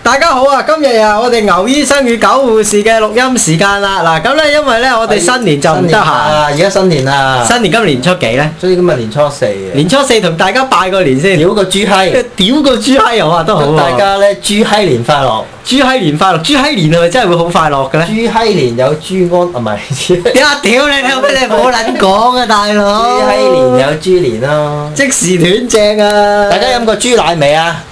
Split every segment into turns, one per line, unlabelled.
大家好啊！今日啊，我哋牛醫生與狗護士嘅錄音時間啦。嗱，咁咧，因為咧，我哋新年就唔得閒。
啊！而家新年啦，
新年今年初幾咧？
所以今日年初四啊，
年初四同大家拜個年先。
屌個豬閪，
屌個豬閪又話都好
祝
啊
大家咧豬閪年快樂，
豬閪年快樂！豬閪年係咪真係會好快樂嘅咧？
豬閪年有豬安啊，唔 係豬
呀！屌你老味，你冇撚講啊，大佬！
閪年有豬年咯。
啊即時斷正啊！
大家飲過豬奶未啊？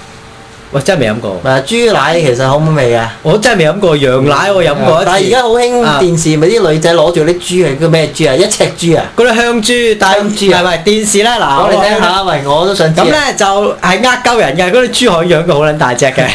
我真係未飲過，
嗱，豬奶其實好唔好味啊？
我真係未飲過羊奶，我飲過一次。
但係而家好
啊
興電視，咪啲女仔攞住啲豬係叫咩豬啊？一尺豬啊！
嗰啲香豬，但係
香
唔
豬啊
係唔係電視咧？嗱，
我哋聽
香
下，喂，我都想知
咁
啊。
咧就係呃鳩人嘅，嗰啲豬可以養到好撚大隻 嘅，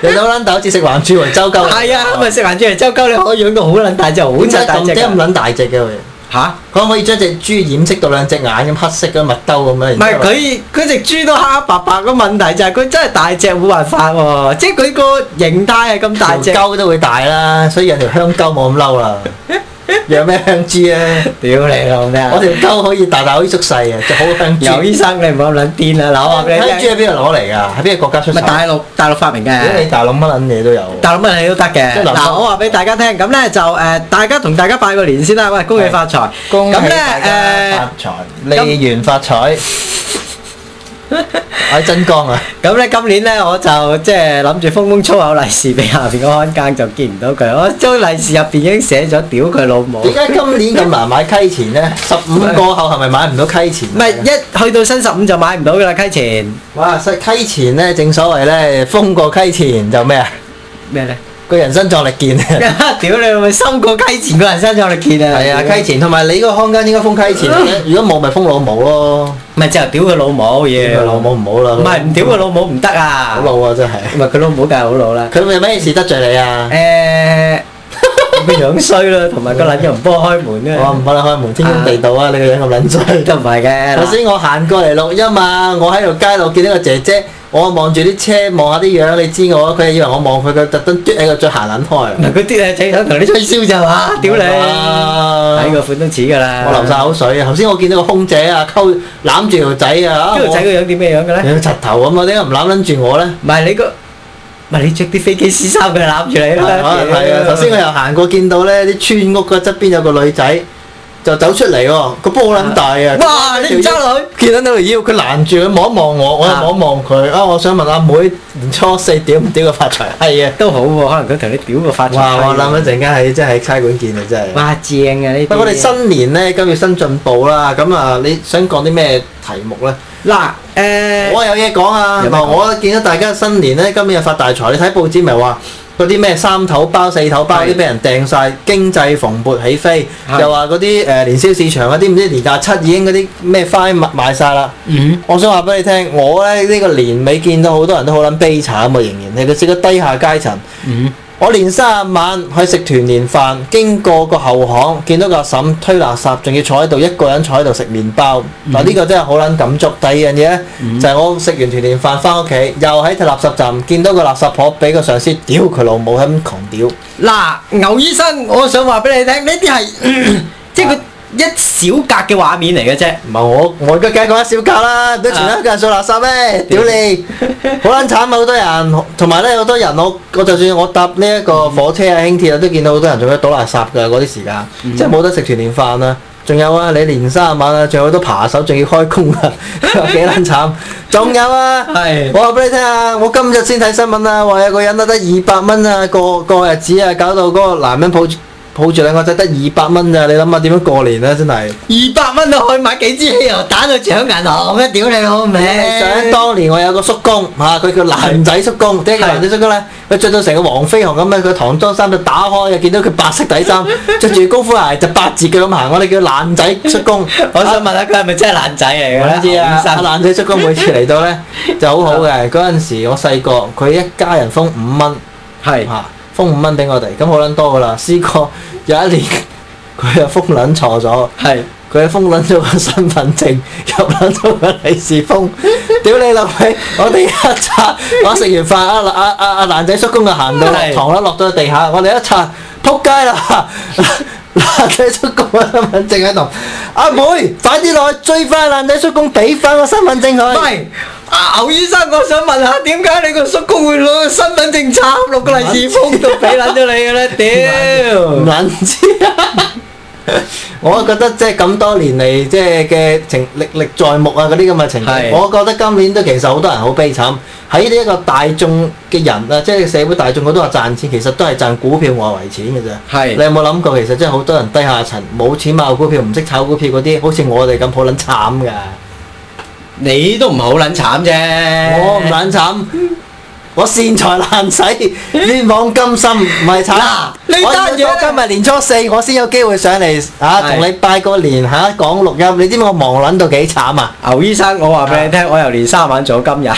你老撚豆好似食環豬喎，周鳩。
係啊，咁咪食環豬嚟周鳩，你可以養到好撚大隻，好
點
柒
解
大
咁
隻啊
啲咁
㗎
撚大隻嘅佢？
嚇？
可唔可以將只豬掩飾到兩隻眼咁黑色嘅麥兜咁樣？
唔
唔
係佢佢隻豬都黑黑白白，個問題就係佢真係大隻冇辦法喎，即係佢個形態係咁大隻。
條鳩都會大啦，所以有條香鳩冇咁嬲啦。養咩香豬啊？
屌你老咩
我
啊！
條鳩可以大大好似縮細啊，就好香
牛
豬。
醫生你唔好咁撚癲啦，嗱我話啊俾
香
你
豬
聽，
喺邊度攞嚟㗎？喺邊個國家出
咪
產？
大陸大陸發明
如果
嘅
你。大陸乜撚嘢都有。
大陸乜嘢都得
即
嘅。
係林
嗱，
生
我話俾大家聽，咁咧就誒、呃大家同大家拜個年先啦。喂，恭喜發財！
恭喜
咁
大家
咧
發財，利源發 財。我喺真光啊！
誒，咁咧今年咧我就即係諗住封封粗口利是俾下邊個看更，就見唔到佢。我將利是入邊已經寫咗屌佢老母。
點解今年咁難買溪錢咧？十五個後係咪買唔到溪錢？啊
唔係一去到新十五就買唔到噶啦，溪錢
哇！實溪錢咧，正所謂咧，封過溪錢就咩啊？
咩咧？
個人生壯力健。 啊
屌你老母，收過溪錢個人身上力見啊！嗯
係啊，溪錢同埋你個康間應該封溪錢嘅，如果冇咪封老母咯。
咪就屌佢老母
屌
嘢。
佢老母唔好啦。
唔係唔屌佢老母唔得啊
好！老啊，真係。
唔係佢老母梗係好老啦。
佢咪有咩事得罪你啊？
誒個樣衰啦，同埋個撚又唔幫我開門
我
咧，
唔幫你開門，天公地道啊！你個樣咁撚衰。
都唔係嘅。
頭
嗱
先我行過嚟錄音啊，我喺條街度見到個姐姐，我望住啲車望下啲樣，你知我，佢以為我望佢，佢特登嘟喺個嘴行撚開。
嗱，佢啲誒仔想同你吹簫就話，屌你！
哇
睇個款都似㗎啦。
我流晒口水啊！頭先我見到個空姐啊，溝攬住條仔
呢
啊，
個仔個樣點咩樣嘅
我
咧？
有柒頭咁啊，點解唔攬撚住我咧？
唔係你個，唔係你着啲飛機師衫佢攬住你
係
啦。
啊係啊！頭先我又行過，見到咧啲村屋個側邊有個女仔就走出嚟喎，個波好撚大啊！
哇！你唔揸落去？
見到到條腰，佢攔住佢望一望我，我又
啊
望一望佢啊！我想問阿妹年初四屌唔屌個發財閪啊？
都好喎，可能佢同你屌個發財。
哇！我諗一陣間喺真係喺差館見啊，真係。
哇正啊呢啲。
不過我哋新年咧，今月新進步啦，咁啊，你想講啲咩題目咧？
嗱誒
我有嘢講啊！
有咩
嗱，
講
我見到大家新年咧，今年又發大財。你睇報紙咪話嗰啲咩三頭包、四頭包
係
啲俾人掟晒，經濟蓬勃起飛，
係
又話嗰啲誒年宵市場嗰啲唔知年廿七已經嗰啲咩花賣賣晒啦。
嗯
我想話俾你聽，我咧呢、呢個年尾見到好多人都好撚悲慘啊，仍然你佢識得低下階層。
嗯
我年三十晚去食團年飯，經過個後巷，見到個阿嬸推垃圾，仲要坐喺度一個人坐喺度食麵包。嗱、呢個真係好撚感觸。第二樣嘢咧，就係我食完團年飯翻屋企，又喺垃圾站見到個垃圾婆俾個上司屌佢老母咁狂屌。
嗱，牛醫生，我想話俾你聽，呢啲係即係佢一小格嘅畫面嚟嘅啫。
唔係我，我而家梗係講一小格啦，唔通全香港人掃垃圾咩？屌你，好撚慘啊！好多人，同埋咧好多人，我我就算我搭呢一個火車啊、輕鐵啊，都見到好多人仲喺度倒垃圾㗎嗰啲時間，即係冇得食團年飯啊！仲有啊，你年三十晚啊，仲有好多扒手仲要開工啊， 幾撚慘！仲有啊，
係
我話俾你聽啊，我今日先睇新聞啊，話有個人啊得二百蚊啊，過過日子啊，搞到嗰個男人抱住抱住兩個仔得二百蚊咋，你諗下點樣過年啊？真係〜
二百蚊都可以買幾支汽油彈去搶銀行嘅，屌你老味！
想當年我有個叔公嚇，佢叫男仔叔公，點解叫男仔叔公咧？佢着到成個黃飛鴻咁樣，佢唐裝衫就打開，又見到佢白色底 衫，着住功夫鞋就八字腳咁行，我哋叫男仔叔公。
我想問下佢係咪真係爛仔嚟
我
嘅咧？
知啊，
牛醫
阿
生
男仔叔公每次嚟到 咧就好好嘅。嗰陣時我細個，佢一家人封五蚊。
係
嚇，封五蚊俾我哋，咁好撚多噶啦。試過有一年佢又封撚錯咗，
係
佢封撚咗個身份證，入撚咗個利是封，屌你老味！我哋一拆，我食完飯，阿阿阿阿蘭仔叔公就行到落
係
堂啦，落咗地下，我哋一拆，撲街啦！ 蘭仔叔公個身份證喺度，阿妹快啲落去追翻蘭仔叔公，俾翻個身份證佢。
喂，啊牛醫生，我想問下，點解你個叔公會攞個身份證插落個利是封度俾撚咗你 嘅咧？
唔
屌！
撚知 啊！我覺得即係咁多年嚟，即係嘅情歷歷在目啊，嗰啲咁嘅情
係
況，我覺得今年都其實好多人好悲慘。喺呢一個大眾嘅人啊，即係社會大眾，佢都話賺錢，其實都係賺股票外圍錢嘅啫。
係
你有冇諗過，其實真係好多人低下層冇錢買股票，唔識炒股票嗰啲，好似我哋咁好撚慘㗎。
你都唔係好撚慘啫，
我唔撚慘，我善財難使，冤枉甘心，唔係慘。
嗱呢
我
單嘢
要到今日年初四，我先有機會上嚟啊，
係
同你拜個年嚇講錄音。你知唔知我忙撚到幾慘啊？
牛醫生，我話俾你聽，我由年三晚做到今日。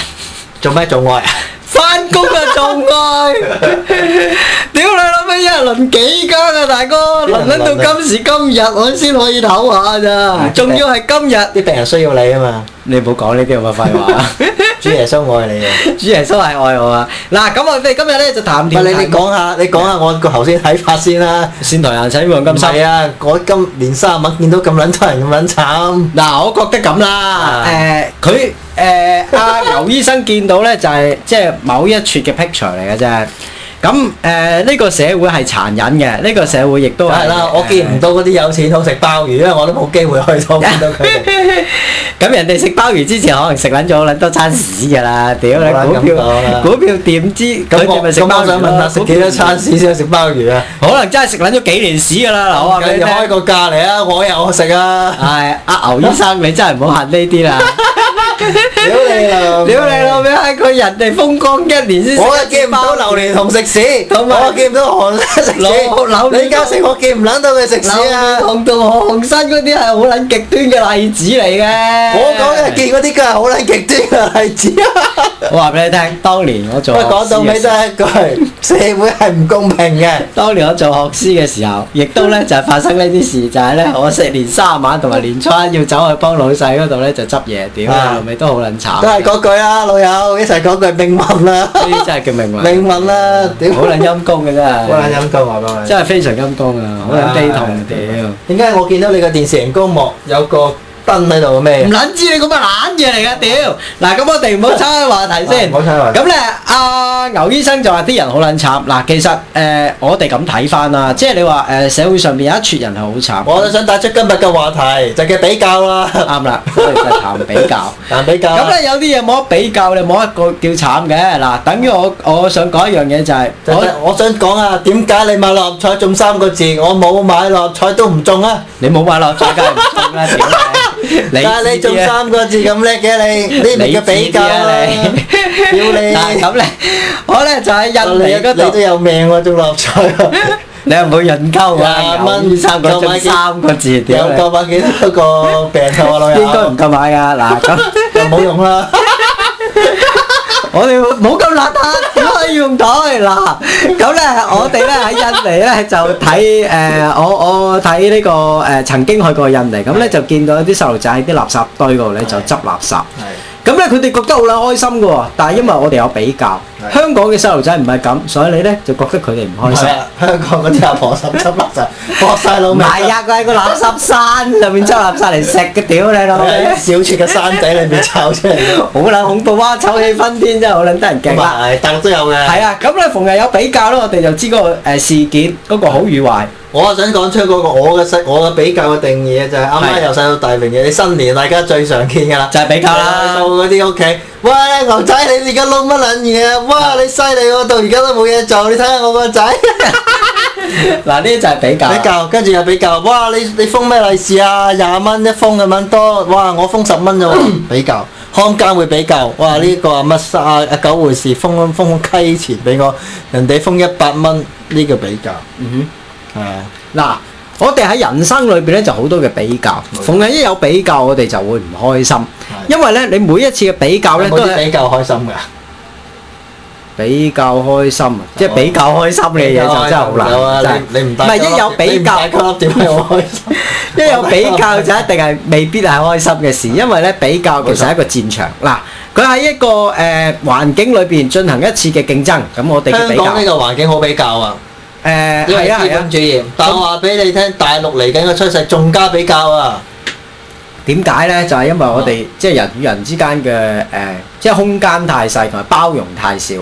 做咩做愛啊？
翻工啊仲愛， 屌你老味，一日輪幾間啊大哥，輪撚到今時今日我先可以唞下咋，仲要係今日。
啲病人需要你啊嘛，
你唔好講呢啲咁嘅廢話，
主耶穌愛你啊！
主耶穌係愛我啊！嗱，咁我哋今日咧就談
唔
條
係你
題
你
目，
講下，你講下我個頭先睇法先啦。
善財難使黃
唔
金心。
係啊，我今年三十晚見到咁撚多人咁撚慘，
嗱，我覺得咁啦，
啊
誒佢誒阿牛醫生見到咧就係即係某一撮嘅 picture 嚟嘅啫。咁誒呢個社會係殘忍嘅，呢、個社會亦都
梗係啦，
À.
我見唔到嗰啲有錢好食鮑魚，因為我都冇機會去到見 到佢哋。
咁人哋食鮑魚之前，可能食撚咗好撚多餐屎㗎啦！屌
好啦
你股
咁講
票
啦
股票點知佢
咁
哋
我
咪食
咁
鮑
我
魚
想問下，
咯？
食幾多餐屎先去食鮑魚啊？
可能真係食撚咗幾年屎㗎啦！嗱，我話俾
咁
你
就
聽，
開個價嚟啊！我有食啊！
係阿牛醫生，你真係唔好恨呢啲啦！
屌你老味
屌你老！味，係佢人哋風光一年先食
我
一
又見唔到榴蓮同食屎，
同埋
我見唔到韓食屎，
榴榴蓮
李嘉誠我見唔撚到佢食
榴
屎啊！
同到何鴻燊嗰啲係好撚極端嘅例子嚟嘅。
我講嘅見嗰啲佢係好撚極端嘅例子啊！
我話俾你聽，當年我
不
做
過講到
學師嘅
尾
時
都
候
係一句，社會係唔公平嘅。
當年我做學師嘅時候，亦都咧就係、發生呢啲事，就係、咧我食年卅晚同埋年初一要走去幫老細嗰度咧就執嘢，屌
啊
你咪都好撚慘。
都係嗰句啦，老友一齊講句命運啦，
呢啲真係叫命運，
命運啦，屌！
好撚陰公嘅真
好撚
係，
陰公話俾我聽
真係非常陰公啊，好
À.
撚悲痛啊屌！
點解我見到你個電視熒光幕有個燈喺度嘅咩
唔？撚知你咁嘅懶嘢嚟㗎，屌！嗱，咁我哋唔好岔開話題先。
唔好岔開話題
咁咧，阿、牛醫生就話啲人好撚慘。嗱，其實誒、我哋咁睇翻啦，即係你話誒、社會上面有一撮人係好慘，
我都想帶出今日嘅話題，就嘅比較啦，
啱啦，所以就談比較。
但比較
咁
啦
咧有啲嘢冇得比較，你冇一個叫慘嘅。嗱，等於我我想講一樣嘢就係、
就
我
係我想講啊，點解你買六合彩中三個字，我冇買六合彩都唔中啊？
你冇買落再 梗係唔中啦，屌你！
但係你中
知啲啊
三個字咁叻嘅你，呢咪叫比較啦？
你
屌你
嗱咁咧，我咧就喺
Ờ,
印尼嗰
你你都
度，
有命喎，中六合彩喎，
你又唔好引鳩啊！
廿蚊
牛醫生嗰張三個字，
有
屌你！
夠買幾 多個病頭啊，老友？
應該唔夠買㗎嗱咁。
就冇用啦。
我哋冇咁邋遢，點可以用袋嗱？咁咧，我哋咧喺印尼咧就睇誒、呃我我睇呢、個誒、呃曾經去過印尼，咁咧就見到啲細路仔喺啲垃圾堆嗰度咧就執垃圾。咁咧，佢哋覺得好啦，開心嘅喎，但係因為我哋有比較，
係
香港嘅細路仔唔係咁，所以你咧就覺得佢哋唔開心
係。啊，香港嗰啲阿婆心執垃圾，搏晒老
唔
命。
係啊，佢喺個垃圾山上面執垃圾嚟食嘅，屌你老味
喺！啊小撮嘅山仔裏面抄出嚟嘅，
好撚恐怖啊！臭氣熏天真係好撚得人
同
驚啦〜
埋大陸都有嘅。
啊係啊，咁咧逢日有比較咧，我哋就知嗰個誒事件嗰個好與壞。
我想講出嗰個我嘅細我嘅比較嘅定義就係阿媽
係
由細到大明嘅，你新年大家最常見㗎啦，
就係比較啦
到嗰啲屋企，哇牛仔你而家撈乜撚嘢啊？哇你犀利喎，到而家都冇嘢做，你睇下我個仔
嗱，呢啲就係比較。
比較，跟住又比較，哇你你封咩利是啊？廿蚊一封咁樣多，哇我封十蚊咋喎？ 比較。看家會比較，哇！呢、個阿乜沙阿九回事封封溪錢俾我，人哋封一百蚊，呢、個比較
嗯
係啊。
哼，嗱，我哋喺人生裏邊咧就好多嘅比較，
冇錯
逢日一有比較，我哋就會唔開心，因為咧你每一次嘅比較咧
有
都
冇啲
係
比較開心㗎？
比較開心啊，即係比較開心嘅嘢就真係好
有啊
難，真係。
你你唔
唔係一有比較，
粒點解好開心？
一有比較就一定係未必係開心嘅事，因為咧比較其實係一個戰場。嗱，佢喺一個誒、呃、環境裏邊進行一次嘅競爭，咁我哋嘅
香
比較
港呢個環境好比較啊，
誒
因為
係啊
資
係啊
本。主義。但我話俾你聽，大陸嚟緊嘅趨勢仲加比較啊！
點解咧？就係、因為我哋即係人與人之間嘅誒、即係空間太細同埋包容太少。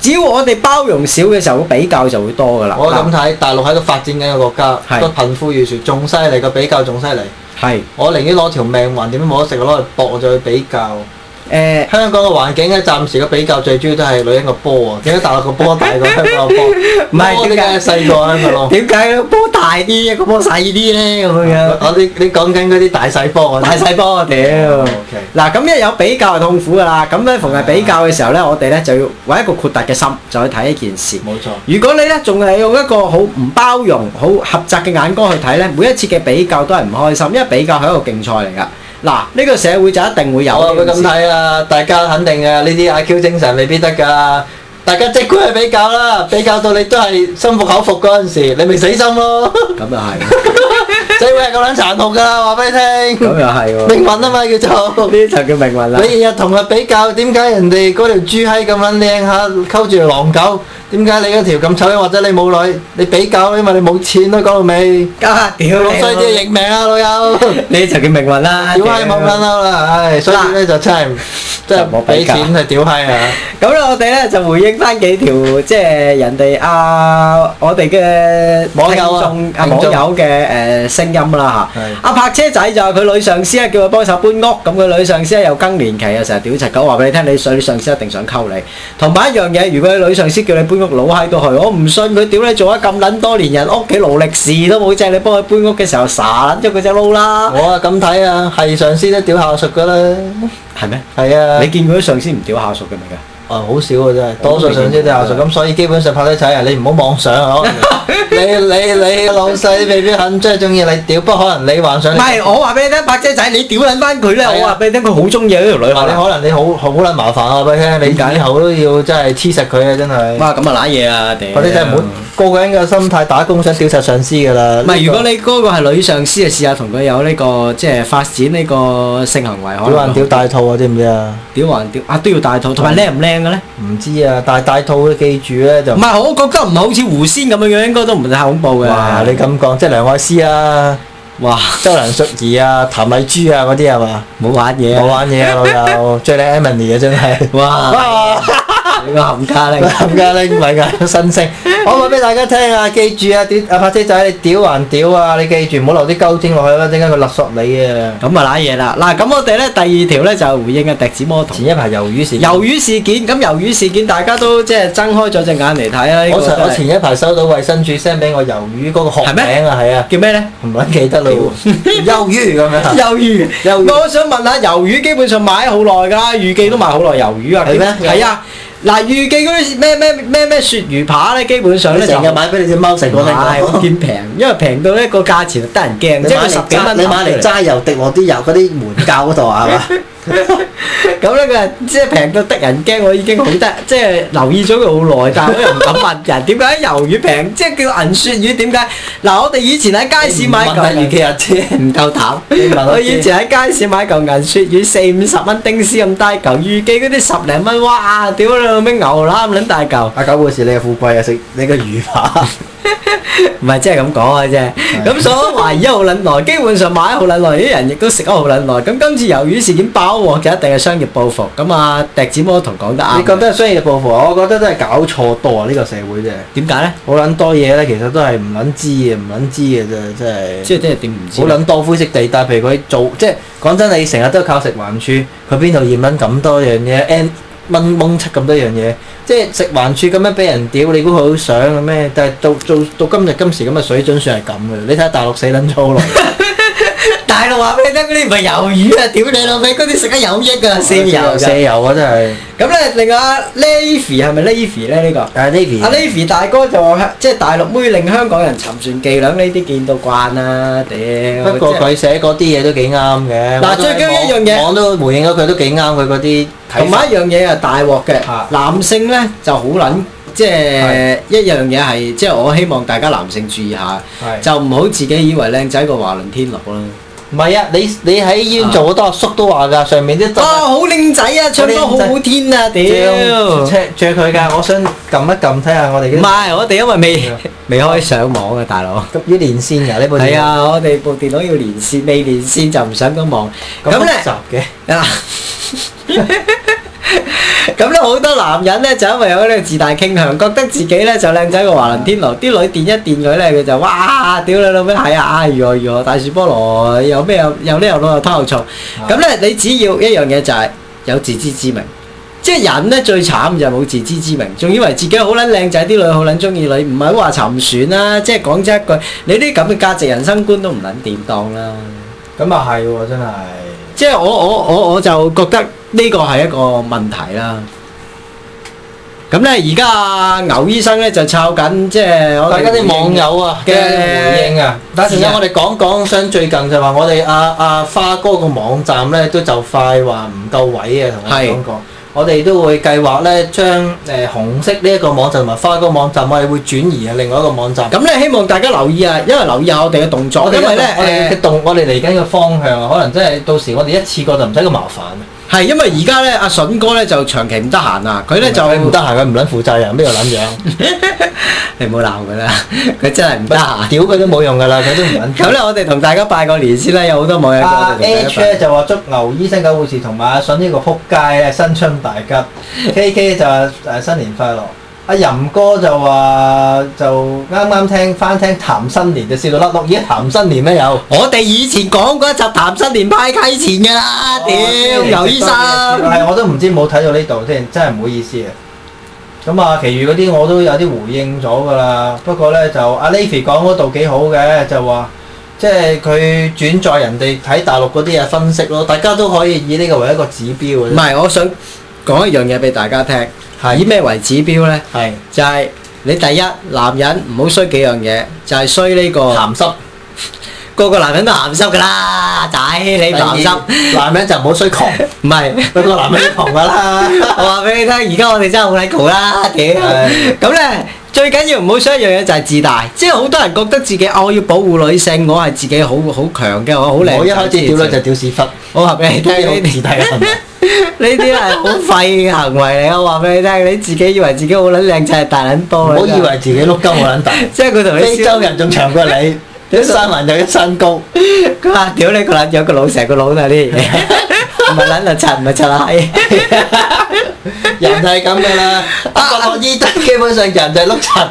只要我哋包容少嘅時候，比較就會多噶啦。
我咁睇，大陸喺度發展緊嘅國家，
係
個貧富懸殊仲犀利，個比較仲犀利。
係
我寧願攞條命還點都冇得食，攞嚟搏我再去比 較。
誒
香港嘅環境咧，暫時嘅比較最主要都係女人個波啊喎，點解大陸個波 大過香港個波？
唔係
波點解細過香港咯？
點解咧？波大啲，個波細啲咧咁樣樣。
我你你講緊嗰啲大細波啊？
大細波啊屌！
OK
嗱咁一有比較就痛苦噶啦，咁咧逢係比較嘅時候咧，我哋咧就要揾一個豁達嘅心，就去睇一件事。
冇錯，
如果你咧仲係用一個好唔包容、好狹窄嘅眼光去睇咧，每一次嘅比較都係唔開心，因為比較係一個競賽嚟噶。嗱，呢個社會就一定會有
有啊，佢
呢件
咁
事。
睇啊，大家肯定啊，呢啲 IQ 精神未必得㗎。大家即管去比較啦，比較到你都係心服口服嗰陣時，你咪死心咯。
咁又係，
社會係咁撚殘酷㗎啦，話俾你聽。
咁又係喎。
命運啊嘛叫做。
呢就叫命運啦。
你日日同佢比較，點解人哋嗰條豬閪咁撚靚嚇，溝住條狼狗？點解你嗰條咁醜樣，或者你冇女？你比較，因為你冇錢咯，講到尾。
啊屌
老
你
衰啲認命啊，老友！
呢就叫命運啦。
屌閪冇撚嬲啦，唉，所以咧就真係真係
冇比
俾
較
錢係屌閪啊！
咁咧，我哋咧就回應翻幾條即係人哋啊，我哋嘅
網友啊
聽眾啊
聽
網
眾
友嘅誒聲音啦嚇
係。
阿泊車仔就係佢女上司咧，啊叫佢幫手搬屋，咁佢女上司咧又更年期啊，成日屌柒狗話俾你聽，你上你上司一定想溝你。同埋一樣嘢，如果你女上司叫你搬屋，老閪到去，我唔信佢屌你做咗咁撚多年人，屋企勞力士都冇正，你幫佢搬屋嘅時候傻撚咗佢隻撈啦，
我啊咁睇啊，係上司都屌下屬噶啦，
係咩？
係啊
你，見過啲上司唔屌下屬嘅未㗎？
啊好少啊真係，多數上司都下屬，咁所以基本上拍低仔啊，你唔好妄 想啊，你你你老細未必肯真係中意你屌，不過可能你幻想
唔
你
係，我話俾你聽，白姐仔，你屌撚翻佢咧，
係啊
我話俾你聽，佢好中意呢條女
嗱，你
可
可能你好好撚麻煩啊，我話俾你
點
聽，
解
你以後都要真係黐實佢啊，真係。
哇，咁啊揦嘢啊，屌！
或者真係唔好個個人嘅心態打工想屌實上司㗎啦。
唔係，如果你嗰個係女上司，就試下同佢有呢個即係發展呢個性行為，可
屌
能
人屌大肚啊，知唔知啊？
屌還屌啊，都要大肚，同埋靚唔靚嘅咧？
唔知啊，但係大肚記住咧就
唔。係，我覺得唔係好似狐仙咁樣樣，應該都唔太恐怖嘅。
哇！你咁講，即係梁愛詩啊、
哇，
周梁淑怡啊、譚麗珠啊嗰啲係嘛？
冇玩嘢
冇
啊！
玩嘢啊，老友，最靚 Emily 啊，真係。
哇，
哇！
你個冚家咧！
咁噶你唔係㗎，新星。我話俾大家聽啊，記住啊，屌阿拍車仔，你屌還屌啊！你記住唔好留啲鳩精落去啦，陣間佢勒索你啊！
咁啊揦嘢啦！嗱，咁我哋咧第二條咧就回應嘅笛子魔童
前。一排魷魚事件
魷魚事件，咁魷魚事件大家都即係睜開咗隻眼嚟睇啦。呢個
我上
真係
我前一排收到衞生署 send 俾我魷魚嗰個學
係咩
名啊，係啊，
叫咩咧？
唔撚記得嘞喎，魷魚咁樣。
魷魚，
魷魚
我想問下，魷魚基本上買咗好耐㗎啦，預記都買好耐魷魚啊。
係咩
係啊，嗱，預記嗰啲咩咩咩咩鱈魚扒咧，基本上咧
你
就
成日買俾你只貓食，我聽
係我
講。
見平，因為平到咧個價錢啊得人驚，即
你買
係十
嚟
幾
揸，
蚊。
你買嚟揸油滴落啲油嗰啲門教嗰度啊，係嘛？
咁咧佢係即係平到得人驚，我已經好 得，即係留意咗佢好耐，但係我又唔敢問人點解魷魚平，即係叫銀鱈魚點解？嗱，我哋以前喺街市買
問下
嚿
預。期日啫。
唔夠膽
你問。我
我以前喺街市買嚿銀鱈魚四五十蚊丁絲咁大嚿，預記嗰啲十零蚊，哇！屌你老味牛腩撚大嚿，
阿九護士，你嘅富貴啊，食你嘅魚 扒。
唔係即係咁講嘅啫。咁所以懷疑好撚耐，基本上買咗好撚耐，啲人亦都食咗好撚耐。咁今次魷魚事件爆鑊就一定係商業報復。咁啊，笛子魔童講得啱。
你覺得係商業報復？我覺得都係搞錯多啊！呢個社會啫，
點解咧？
好撚多嘢咧，其實都係唔撚知嘅，唔撚知嘅啫，真係。
即係即係點唔知
好？撚多灰色地帶，譬如佢做即係講真，你成日都靠食環署，佢邊度驗撚咁多樣嘢，N 掹掹出咁多樣嘢，即係食環署咁樣俾人屌，你估佢好想嘅咩？但係到到到今日今時咁嘅水準算係咁嘅，你睇下大陸死撚咗好耐，
大陸話俾你聽，嗰啲唔係魷魚啊！屌你老味，嗰啲食得有益
Ờ,
㗎，豉油
射
㗎。
油啊真係，
咁咧，另外啊 Levy 係咪 Levy 啊咧？呢個？
但係 Navy
阿 Navy 大哥就話香即係大陸妹令香港人沉船伎倆呢啲見到慣啦，屌！
不過佢寫嗰啲嘢都幾啱嘅。
嗱最緊要一樣嘢
我都回應咗佢都幾啱佢嗰啲
同
睇法
埋。一樣嘢係大鑊嘅
啊，
男性咧就好撚，即係一樣嘢係即係我希望大家男性注意下，
係
就唔好自己以為靚仔過華倫天奴啦。
唔唔係啊，你你喺醫院做好多阿叔都話㗎，上面啲
啊，好靚仔啊，唱歌好好聽啊，屌！
着
唔
着佢㗎，我想撳一撳睇下我哋嘅。
係，我哋因為未未開上網啊，大佬。
咁要連線㗎呢部電
係
腦，
啊，我哋部電腦要連線，未連線就唔上到網。咁咧
複。雜嘅。
啊！ 咁咧好多男人咧就因為有呢個自大傾向，覺得自己咧就靚仔過華倫天奴，啲女電一電佢咧，佢就哇屌你老味，係啊啊如何如何，大樹菠蘿又咩又又呢又老又偷又燥。咁咧你只要一樣嘢就係有自知之明，即係人咧最慘就係冇自知之明，仲以為自己好撚靚仔，啲女好撚中意你，唔係話沉船啦，即係講真一句，你啲咁嘅價值人生觀都唔撚掂當啦。
咁啊係喎，真係。
即係我我我我就覺得呢個係一個問題啦。咁咧，而家啊牛醫生咧就抄緊，即係我哋
大家啲網友啊嘅
嘅
回應啊，但係陣間我哋講講想最近就話我哋阿阿花哥個網站咧都就快話唔夠位啊，同我哋講過。我哋都會計劃咧，將誒紅色呢一個網站同埋花哥網站，我哋會轉移啊另外一個網站。
咁咧，希望大家留意啊，因為留意下我哋嘅動作，
我哋
因為
我哋
咧
嘅動，我哋嚟緊嘅方向啊，可能真係到時我哋一次過就唔使咁麻 煩。
誒係因為而家咧阿筍哥咧就長期唔得閒啊，佢咧就
佢唔得閒，佢唔撚負責任，邊度撚樣？
你唔好鬧佢啦，佢真係唔得 閒。
屌佢都冇用㗎啦，佢都唔撚。
咁咧，我哋同大家拜個年先啦，有好多網友叫啊我哋
阿
同大家
啊 H
拜
咧就話祝牛醫生、狗護士同埋阿筍呢個撲街咧新春大吉，K K 就話誒新年快樂，阿任哥就話就啱啱聽翻聽談新年就笑到甩碌，而家談新年咩有？
我哋以前講嗰一集談新年派溪錢㗎
哦
啦，屌牛醫生。
係我都唔知冇睇到呢度先，真係唔好意思啊！咁啊，其餘嗰啲我都有啲回應咗噶啦。不過咧就阿 Levi 講嗰度幾好嘅，就話即係佢轉載人哋睇大陸嗰啲嘢分析咯，大家都可以以呢個為一個指標
唔
嘅。
係，我想講一樣嘢俾大家聽。
係
以咩為指標呢？
係
就係、你第一，男人唔好衰幾樣嘢，就係、衰呢個
鹹濕，
個個男人都鹹濕噶啦，仔你唔鹹濕，
第二男人就唔好 衰窮，
唔係。
不過男人都窮噶啦。
我話俾你聽，而家我哋真係好撚窮啦，屌！
係
咁咧最緊要唔好衰一樣嘢就係自大，即係好多人覺得自己哦我要保護女性，我係自己好好強嘅，我好靚仔。
我一開始屌女就屌屎 忽，
我話俾你聽
呢啲好
呢啲
自大 嘅行為
呢啲係好廢嘅行為嚟，我話俾你聽，你自己以為自己好撚靚仔係大撚
唔
多啦
好以為自己碌鳩我撚大。
即係佢同你
非
燒
洲人仲長過你，一山還有一山高。
佢話屌你個撚樣個腦成個腦都係呢啲嘢，唔係撚就柒，唔係柒啊閪。
人係咁噶啦，不過我依得基本上人就係碌柒，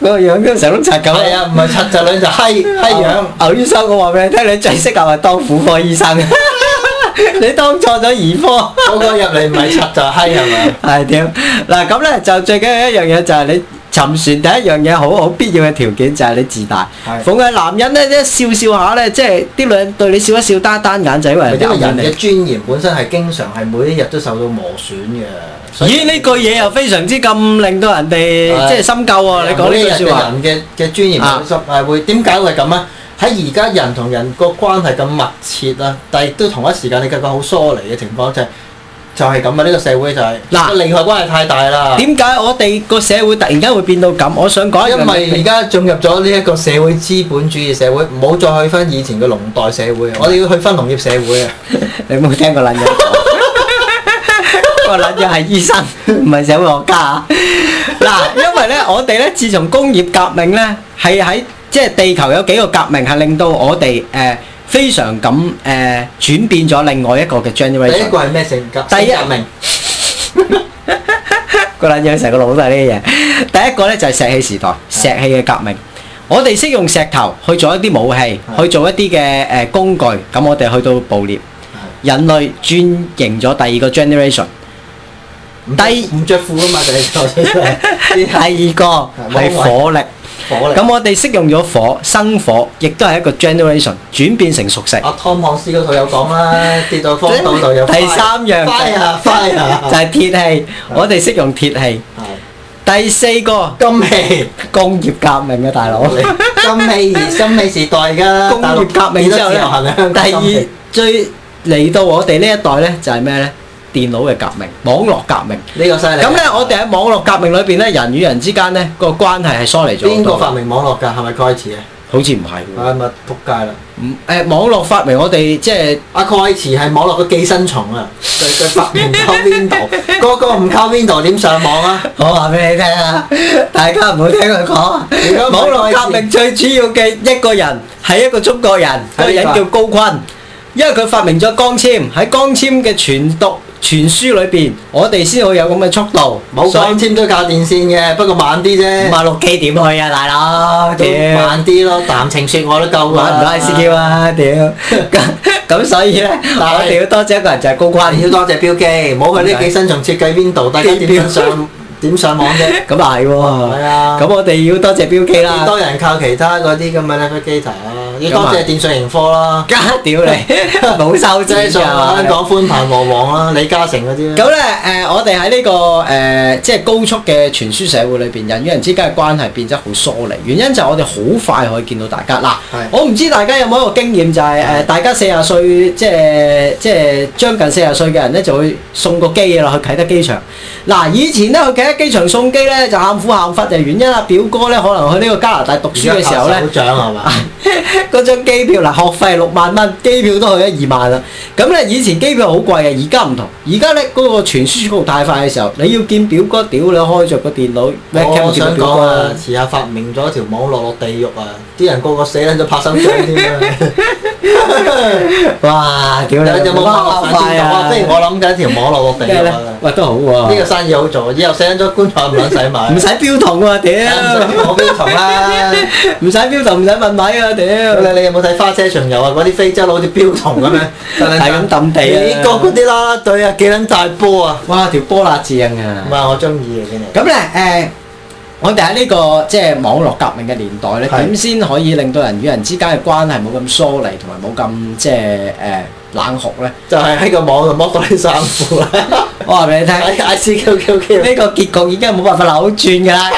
個樣都成碌柒咁。
係啊，唔係柒就兩就閪閪樣。
牛醫生，我話俾你聽，你最適合係當婦科醫生， 你當錯咗兒科。
嗰個入嚟唔係柒就係閪係嘛？
係屌嗱咁咧就最緊要一樣嘢就係你沉船第一樣嘢好好必要嘅條件就係你自大
係。
逢係男人咧一笑笑下咧，即係啲女人對你笑一笑單單眼仔，因為
因為人
嚟
嘅。尊嚴本身係經常係每一日都受到磨損嘅。所以
咦？呢句嘢又非常之咁令到人哋
係
即係深究哦喎！你講
每一日
呢句説話。
嘅人嘅嘅尊嚴
啊
係係會點解會咁啊？喺而家人同人個關係咁密切啦，但係亦都同一時間你感覺好疏離嘅情況就係就係咁啊！呢個社會就係
嗱
個利害關係太大啦。
點解我哋個社會突然間會變到咁？我想講一樣嘢
因為而家進入咗呢一個社會資本主義社會，唔好再去翻以前嘅農代社會，啊
嗯
我哋要去翻農業社會啊！
你有冇聽過撚嘢講？個撚嘢係醫生，唔係社會學家啊！嗱，因為咧，我哋咧，自從工業革命咧，係喺即係地球有幾個革命係令到我哋誒、呃非常咁誒、呃、轉變咗另外一個嘅
第一
generation。
個係咩性格？
第一
性格明
個撚嘢成個腦都係呢啲嘢。第一個咧就係石器時代，石器嘅革命。我哋識用石頭去做一啲武器，
係
去做一啲嘅誒工具。咁我哋去到捕獵，人類轉型咗第二個 generation。
唔
第
唔着褲啊嘛，就係
第二個係火力，
火力。
咁我哋識用咗火生火，亦都係一個 generation 轉變成熟食，
阿湯漢斯嗰套有講啦，跌到荒島度有
第三樣
快啊快啊
就，係鐵器。我哋識用鐵器。
係
第四個
金器
工業革命嘅大佬，工
金器金器時代㗎，大
業
陸
革命之後
變咗自由行
咧
啊，香港
第
金
二
器
最嚟到我哋呢一代呢，就係咩呢？電腦嘅革命，網絡革命。
呢個犀利。
咁呢，我哋喺網絡革命裏邊呢，人與人之間呢個關係係疏離咗好
邊個
多。
發明網絡㗎？係咪蓋茨啊？
好似唔係喎。
啊咪仆街啦！
唔誒網絡發明我哋即係
阿蓋茨係網絡嘅寄生蟲啊！佢佢發明溝 Window，個個唔溝 Window 點上網啊？
我話俾你聽啊，大家唔好聽佢講啊
如果。唔
網
係
絡革命最主要嘅一個人係一個中國人，嗰個
係呢
人
個
叫高坤，因為佢發明咗光纖，喺光纖嘅傳讀傳輸裏邊，我哋先會有咁嘅速度。
冇
所以
光纖都靠電線嘅，不過慢啲
五
啫，
啊六 K 點去啊，大佬？
都
屌，
慢啲咯。談情説我都夠啦，
玩唔到 ICQ 啊， 屌！咁咁所以咧，
但係
我哋要多謝一個人就係高坤。
要多謝標記，唔好佢呢寄生蟲設計 Window，大家點樣上點上網啫？
咁啊係喎
係。啊，
咁我哋要多謝標記
幾
啦。
多人靠其他嗰啲咁嘅 navigator 啦，要多謝電訊盈科啦，
家屌你， 冇收
即係
錢
上
㗎
啊香。港寬頻和黃啦，李嘉誠嗰啲啦。
咁咧，誒、我哋喺呢個誒、即係高速嘅傳輸社會裏邊，人與人之間嘅關係變得好疏離。原因就係我哋好快可以見到大家。嗱
係，嗯
我唔知大家有冇一個經驗，就係、誒、大家四十歲，即係即係將近四十歲嘅人咧，就會送個機嘅啦去啟德機場。嗱，以前咧去啟德機場送機咧就喊苦喊忽嘅原因啊，表哥咧可能去呢個加拿大讀書嘅時候咧
手。掌係 嘛？
嗰張機票嗱，學費六萬蚊，機票都去咗二萬啦。咁咧以前機票好貴嘅，而家唔同。而家咧嗰個傳輸速度太快嘅時候，你要見表哥，屌你開着個電腦，咩
哦我
見到
想
表
講
哥
啊
啊，
遲下發明咗條網絡落地獄啊！啲人個個死撚咗拍手掌添啊！
哇！屌你，
有有冇
哇
網絡上
快
天堂
啊！
啊？不如我諗緊條網絡落地
咩
獄
咧
啊！？
喂，都好
呢個
喎，
生意好做，以後死撚咗棺材唔撚使啊買，
唔使標筒喎，屌！
我標同啦。
唔使標筒，唔使問米啊，屌！
你你有冇睇花車巡遊啊？嗰啲非洲佬好似標童咁樣，
係咁抌地啊
美國嗰啲啦啦隊啊，幾撚大波啊！
哇，條波辣字硬啊
唔！係我中意嘅真係。
咁咧誒，我哋喺呢個即係網絡革命嘅年代咧，
係
點先可以令到人與人之間嘅關係冇咁疏離，同埋冇咁即係誒、冷酷 咧？
就係喺個網度剝到啲衫褲啦，
我話俾你聽，
喺 I C Q Q Q，
呢個結局已經冇辦法扭轉 㗎啦。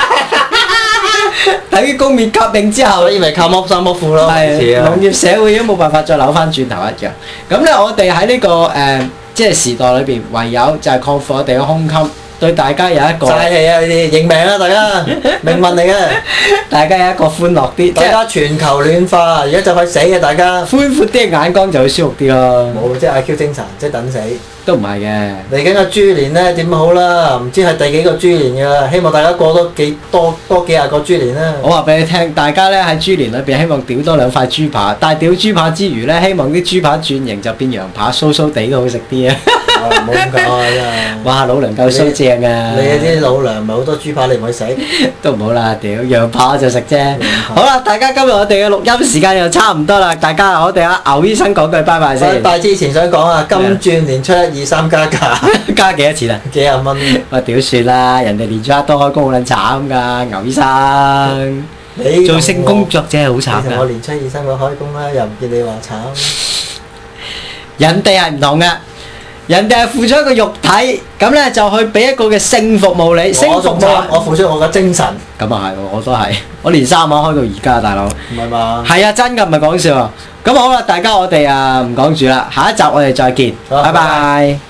等於工業革命之後
所。以咪靠剝衫剝褲咯。
係農
好似啊
業社會已經冇辦法再扭翻轉頭一樣。咁咧，我哋喺呢個誒、即係時代裏邊，唯有就係擴闊我哋嘅胸襟，對大家有一個，
晒氣啊！你哋認命啦，大家命運嚟嘅，
大家有一個歡樂啲，即
大
係
家全球暖化，而家就快死嘅大家。
寬闊啲嘅眼光就會舒服啲咯。
冇，即係 I Q 精神，即係等死。
都唔係嘅，
嚟緊個豬年咧點好啦？唔知係第幾個豬年㗎啦？希望大家過多幾多多幾廿個豬年啦。
我話俾你聽，大家咧喺豬年裏邊希望屌多兩塊豬扒，但係屌豬扒之餘咧，希望啲豬扒轉型就變羊扒，酥酥地都好食啲啊！
啊唔好咁講啊真係。
哇，老娘夠酥正啊！
你嗰啲老娘咪好多豬扒，你唔去食？
都唔好啦，屌羊扒就食啫
扒。
好啦，大家今日我哋嘅錄音時間又差唔多啦，大家我哋啊阿牛醫生講句拜拜
拜
先，
拜之前想講啊，金鑽年出一二三加價
加幾多錢啊？
幾廿蚊，
我屌算啦，人哋連咗一多開工好撚慘噶，牛醫生
你
做性工作者係
同
好
我你
慘
同我
噶，
年初二三個開工啦，又唔見你話慘，
人哋係唔同噶。人哋係付出一個肉體，咁咧就去俾一個嘅性服務你，性
我
服
仲
務
慘，我
咁
付出我嘅精神，
啊係喎，我都係，我連三晚開到而家，大佬。
唔係嘛？
係啊，真噶，唔係講笑啊！咁好啦，大家我哋啊唔講住啦，下一集我哋再見，
好
拜
拜
拜
拜